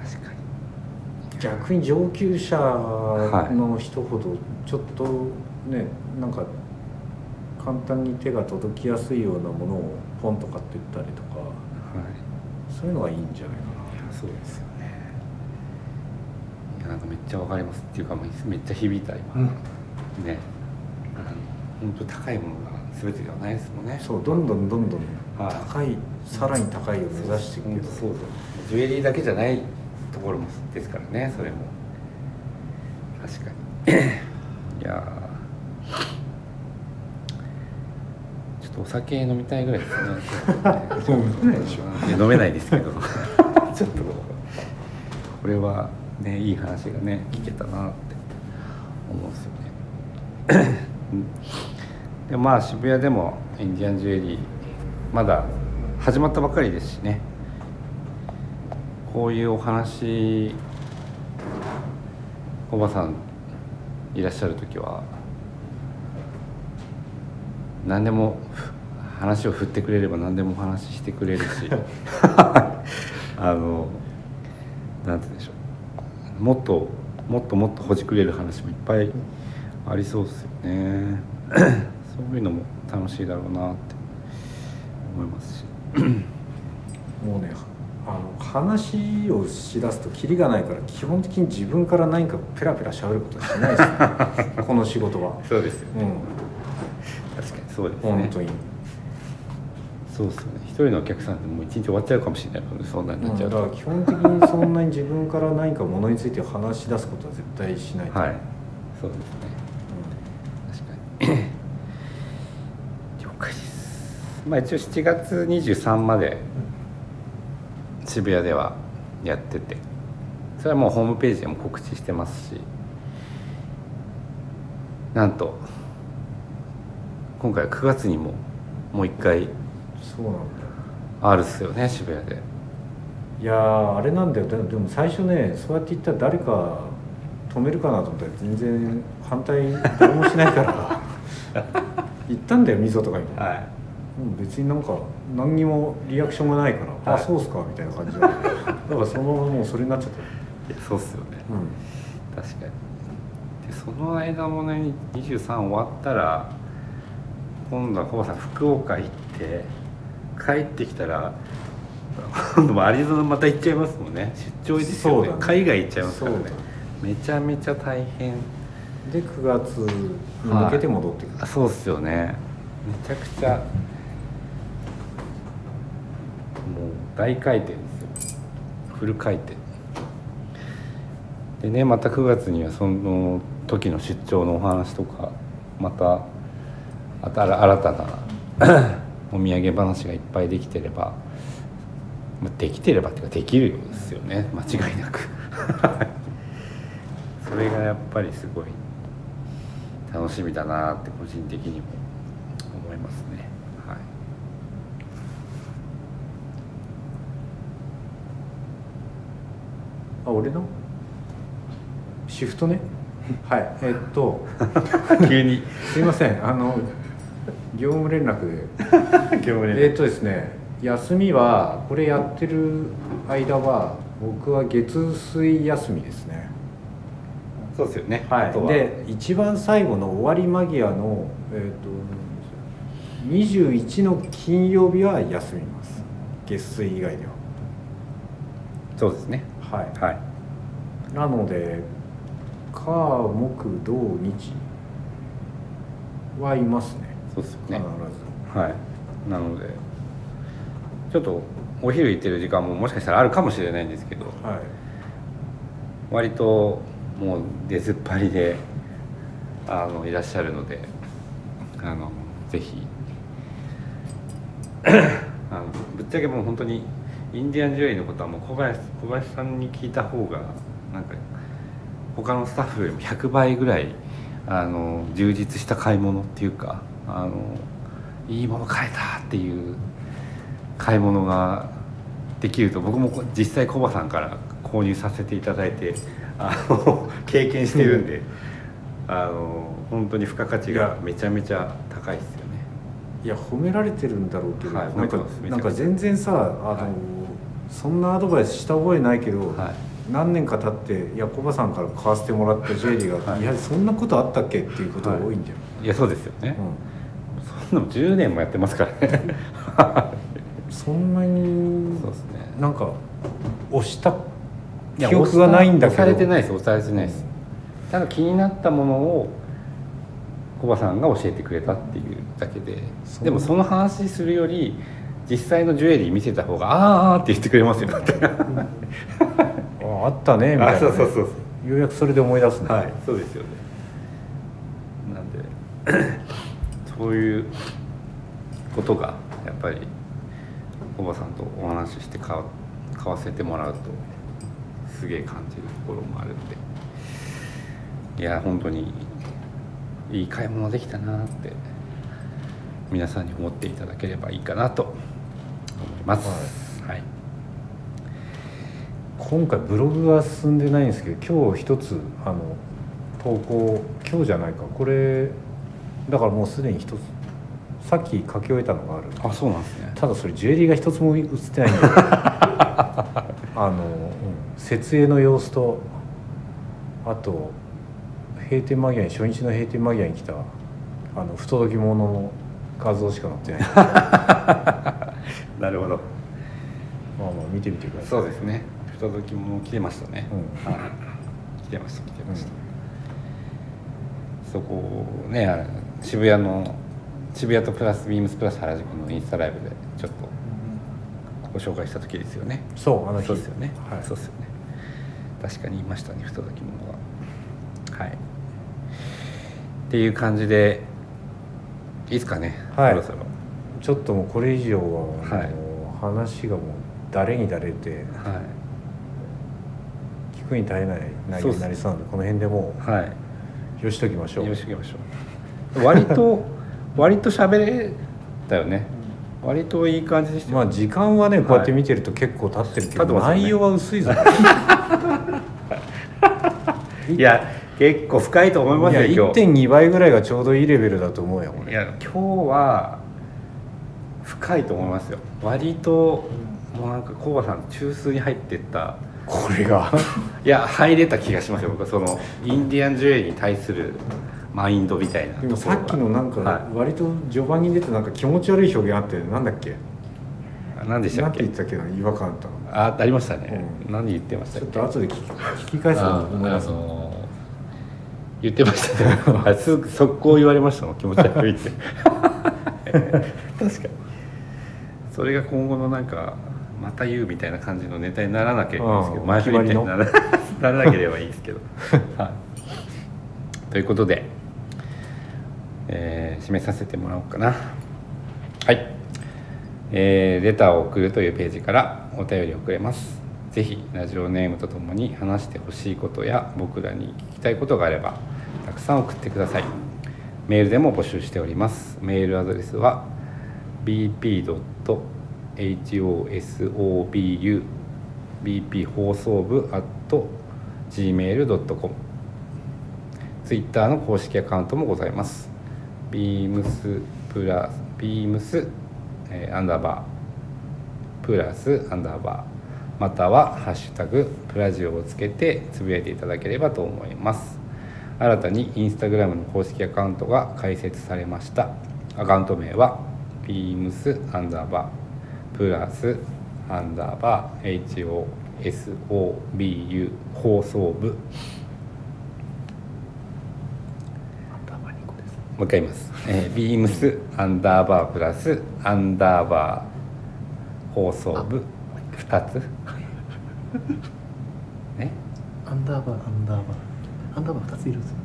Speaker 1: 確かに
Speaker 2: 逆に上級者の人ほどちょっとね、なんか簡単に手が届きやすいようなものをポンと買っていったりとか
Speaker 1: は
Speaker 2: そういうのがいいんじゃないかな。
Speaker 1: いいやそうですよねいやなんかめっちゃわかりますっていうかもうめっちゃ響いた今、
Speaker 2: うん
Speaker 1: ねあの本当高いものが全てではないですもんね
Speaker 2: そうどんどんどんどん
Speaker 1: はい
Speaker 2: 高い、さらに高いを目指していく
Speaker 1: 本当
Speaker 2: けど
Speaker 1: そうだジュエリーだけじゃないところもですからねそれも確かに いやーちょっとお酒飲みたいぐらいですね
Speaker 2: そう飲めないでし
Speaker 1: いや飲めないですけど ちょっとこれはねいい話がね聞けたなって思うんですよねうんでまあ渋谷でもインディアンジュエリーまだ始まったばかりですしねこういうお話おばさんいらっしゃる時は何でもふ話を振ってくれれば何でもお話ししてくれるし あのなんて言うんでしょうもっともっともっとほじくれる話もいっぱいありそうですよね そういうのも楽しいだろうなって思いますし
Speaker 2: もうねあの話をしだすとキリがないから基本的に自分から何かペラペラしゃべることはしないです、 ね、この仕事は、
Speaker 1: そうですよ
Speaker 2: うん、
Speaker 1: 確かにそうですね
Speaker 2: 本当に、
Speaker 1: そうですよね一人のお客さんでもう一日終わっちゃうかもしれないのでそんなにな
Speaker 2: う
Speaker 1: っ
Speaker 2: ん
Speaker 1: ちゃ
Speaker 2: だ
Speaker 1: う
Speaker 2: か
Speaker 1: と、
Speaker 2: ら基本的にそんなに自分から何かものについて話し出すことは絶対しない、
Speaker 1: はいそうですね確かに 了解ですまあ一応7月23まで渋谷ではやっててそれはもうホームページでも告知してますしなんと今回9月にももう一回
Speaker 2: うんそうなんだよ
Speaker 1: あるっすよね渋谷で
Speaker 2: いやーあれなんだよででも最初ねそうやって言ったら誰か止めるかなと思ったら全然反対誰もしないから 言ったんだよ溝とかにも、
Speaker 1: はい
Speaker 2: うん別になんか何にもリアクションがないから「
Speaker 1: は
Speaker 2: あ
Speaker 1: い
Speaker 2: そうっすか」みたいな感じだっただからそのままもうそれになっちゃった、
Speaker 1: いやそうっすよね
Speaker 2: う
Speaker 1: 確かにでその間もね23終わったら今度はコバさん福岡行って帰ってきたら今度もアリゾナまた行っちゃいますもんね出張ですよね
Speaker 2: そうだね
Speaker 1: 海外行っちゃいますからね
Speaker 2: そうだ
Speaker 1: めちゃめちゃ大変
Speaker 2: で9月に向けて戻ってくる、
Speaker 1: あそうっすよねめちゃくちゃもう大回転ですよフル回転でねまた9月にはその時の出張のお話とかまたあたら新たな お土産話がいっぱいできてればまあできてればっていうかできるようですよね間違いなく それがやっぱりすごい楽しみだなって個人的にも思いますねはい
Speaker 2: あ俺のシフトねはいえっと
Speaker 1: 急 に
Speaker 2: すいませんあの業務連絡で
Speaker 1: 業
Speaker 2: えーっとですね休みはこれやってる間は僕は月水休みですね
Speaker 1: そうですよね、あと
Speaker 2: はい
Speaker 1: は
Speaker 2: で一番最後の終わり間際のえーっ、と21の金曜日は休みます月水以外で
Speaker 1: そうですね
Speaker 2: ははい
Speaker 1: はい
Speaker 2: なので火木土日はいますね
Speaker 1: そうですよ
Speaker 2: 必
Speaker 1: ね
Speaker 2: ず、
Speaker 1: はいなのでちょっとお昼行ってる時間ももしかしたらあるかもしれないんですけど
Speaker 2: はい
Speaker 1: 割ともう出ずっぱりであのいらっしゃるのであのぜひあのぶっちゃけもう本当にインディアンジュエリーのことはもう小林小林さんに聞いた方がなんか他のスタッフよりも100倍ぐらいあの充実した買い物っていうかあのいいもの買えたっていう買い物ができると僕もこ実際コバさんから購入させていただいてあの 経験してるんで、あの本当に付加価値がめちゃめちゃ高いですよね。
Speaker 2: いや褒められてるんだろうけど、
Speaker 1: はい
Speaker 2: なんか
Speaker 1: 褒めてますめち
Speaker 2: な
Speaker 1: ゃ
Speaker 2: ん
Speaker 1: くちゃ
Speaker 2: か全然さあの、
Speaker 1: はい
Speaker 2: そんなアドバイスした覚えないけど、
Speaker 1: はい
Speaker 2: 何年か経っていやコバさんから買わせてもらったジュエリーが、
Speaker 1: はい
Speaker 2: い、やそんなことあったっけっていうことが多いんだよ、
Speaker 1: いやそうですよね、
Speaker 2: う
Speaker 1: そんなの10年もやってますからね
Speaker 2: ん、そんなに
Speaker 1: そうですね
Speaker 2: なんか押した記憶がないんだけど
Speaker 1: 押されてないです押されてないです、ただ気になったものをコバさんが教えてくれたっていうだけで
Speaker 2: そう
Speaker 1: でもその話するより実際のジュエリー見せた方が「あーあ」って言ってくれますよみたいな
Speaker 2: ああったねみたいな、ね、
Speaker 1: あそうそうそう
Speaker 2: ようやくそれで思い出すね、
Speaker 1: はいそうですよねなんで そういうことがやっぱりおばさんとお話しして買わ買わせてもらうとすげえ感じるところもあるんでいや本当にいい買い物できたなって皆さんに思っていただければいいかなと思います、はい
Speaker 2: 今回ブログが進んでないんですけど今日一つあの投稿今日じゃないかこれだからもうすでに一つさっき書き終えたのがある
Speaker 1: あそうなんですね
Speaker 2: ただそれジュエリーが一つも映ってないんだ よあの、うん設営の様子とあと閉店間際に初日の閉店間際に来たあの不届き者の画像しか載ってない まあ
Speaker 1: なるほど
Speaker 2: まあ見てみてください
Speaker 1: そうですね不届きも来てましたね、
Speaker 2: う
Speaker 1: はい来てました来てました、
Speaker 2: う
Speaker 1: そこをねあれ渋谷の渋谷とプラスビームスプラス原宿のインスタライブでちょっとご紹介した時ですよね
Speaker 2: そうあの日
Speaker 1: そうですよね、
Speaker 2: はい、
Speaker 1: そうですよね確かにいましたね不届き者ははいっていう感じでいいですかね、
Speaker 2: はい
Speaker 1: そろそろ
Speaker 2: ちょっともうこれ以上は、
Speaker 1: はい
Speaker 2: もう話がもう誰に誰て
Speaker 1: はい
Speaker 2: 聞くに耐えない内容になりそうなんでこの辺でも
Speaker 1: はい、
Speaker 2: うよしときましょう
Speaker 1: よし行きましょう割と割と喋れたよね割といい感じでしたよ
Speaker 2: まあ時間はねこうやって見てると結構経ってるけど、
Speaker 1: 経ってますよね
Speaker 2: 内容は薄いぞ
Speaker 1: いや結構深いと 思いますよ
Speaker 2: いや
Speaker 1: 今日
Speaker 2: 1.2倍ぐらいがちょうどいいレベルだと思うよこ
Speaker 1: い
Speaker 2: れ
Speaker 1: や今日は深いと思いますよ割ともうなんかコバさん中枢に入ってった
Speaker 2: これが
Speaker 1: いや入れた気がしますよ僕はそのインディアンジュエリーに対するマインドみたいなところ
Speaker 2: でも
Speaker 1: が
Speaker 2: さっきのなんか
Speaker 1: は
Speaker 2: 割と序盤に出てなんか気持ち悪い表現あってなんだっけ
Speaker 1: い、何でした
Speaker 2: なん
Speaker 1: ってけ
Speaker 2: 言ってたっけど違和感あったの
Speaker 1: あありましたね、
Speaker 2: う
Speaker 1: 何言ってました
Speaker 2: ち
Speaker 1: っ
Speaker 2: ょっ
Speaker 1: け
Speaker 2: と後で聞き聞き返す
Speaker 1: あ
Speaker 2: の思い出す
Speaker 1: の言ってましたねあすぐ速攻言われましたもん気持ち悪いって確かにそれが今後のなんかまた言うみたいな感じのネタにならなければいいですけど
Speaker 2: うん
Speaker 1: 前振りみたいにならならなければいいですけど、はい、ということで、えー締めさせてもらおうかなはいえーレターを送るというページからお便りをくれますぜひラジオネームとともに話してほしいことや僕らに聞きたいことがあればたくさん送ってくださいメールでも募集しておりますメールアドレスは bp.hosobu bp 放送部 at gmail.com ツイッターの公式アカウントもございます。ビームスプラスビームス、えーアンダーバープラスアンダーバーまたはハッシュタグプラジオをつけてつぶやいていただければと思います。新たにインスタグラムの公式アカウントが開設されました。アカウント名はビームスアンダーバープラスアンダーバー HOSOBU 放送部もう一回言います、えー、ビームスアンダーバープラスアンダーバー放送部2つ ね
Speaker 3: アンダーバーアンダーバーアンダーバー2ついるんですよ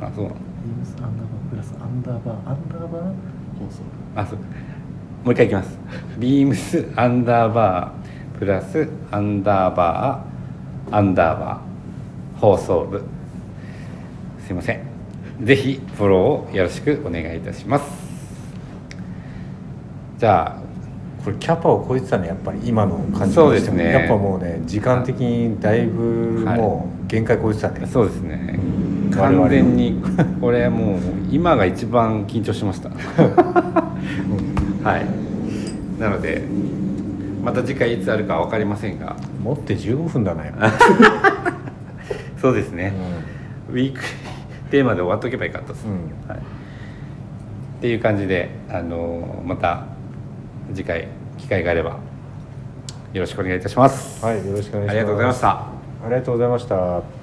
Speaker 1: あそうなの
Speaker 3: ビームスアンダーバープラスアンダーバーアンダーバー放送
Speaker 1: あそうもう一回いきますビームスアンダーバープラスアンダーバーアンダーバー放送部すいませんぜひフォローをよろしくお願いいたしますじゃあ
Speaker 4: これキャパを超えてたねやっぱり今の感じ
Speaker 1: そう
Speaker 4: と
Speaker 1: で
Speaker 4: して
Speaker 1: す
Speaker 4: も、
Speaker 1: ね
Speaker 4: やっぱもうね時間的にだいぶ
Speaker 1: はい
Speaker 4: もう限界超えてたね、
Speaker 1: そうですね
Speaker 4: 我々
Speaker 1: 完全にこれもう今が一番緊張しました はいなのでまた次回いつあるか分かりませんが
Speaker 4: 持って15分だなやっぱり、
Speaker 1: そうです ね
Speaker 4: う
Speaker 1: ウィークリーテーマで終わっとけばよかったです、
Speaker 4: うん
Speaker 1: はい、っていう感じで、あのーまた次回機会があればよろしくお願いいたします、
Speaker 4: んはいよろしくお願いします
Speaker 1: ありがとうございました
Speaker 4: ありがとうございました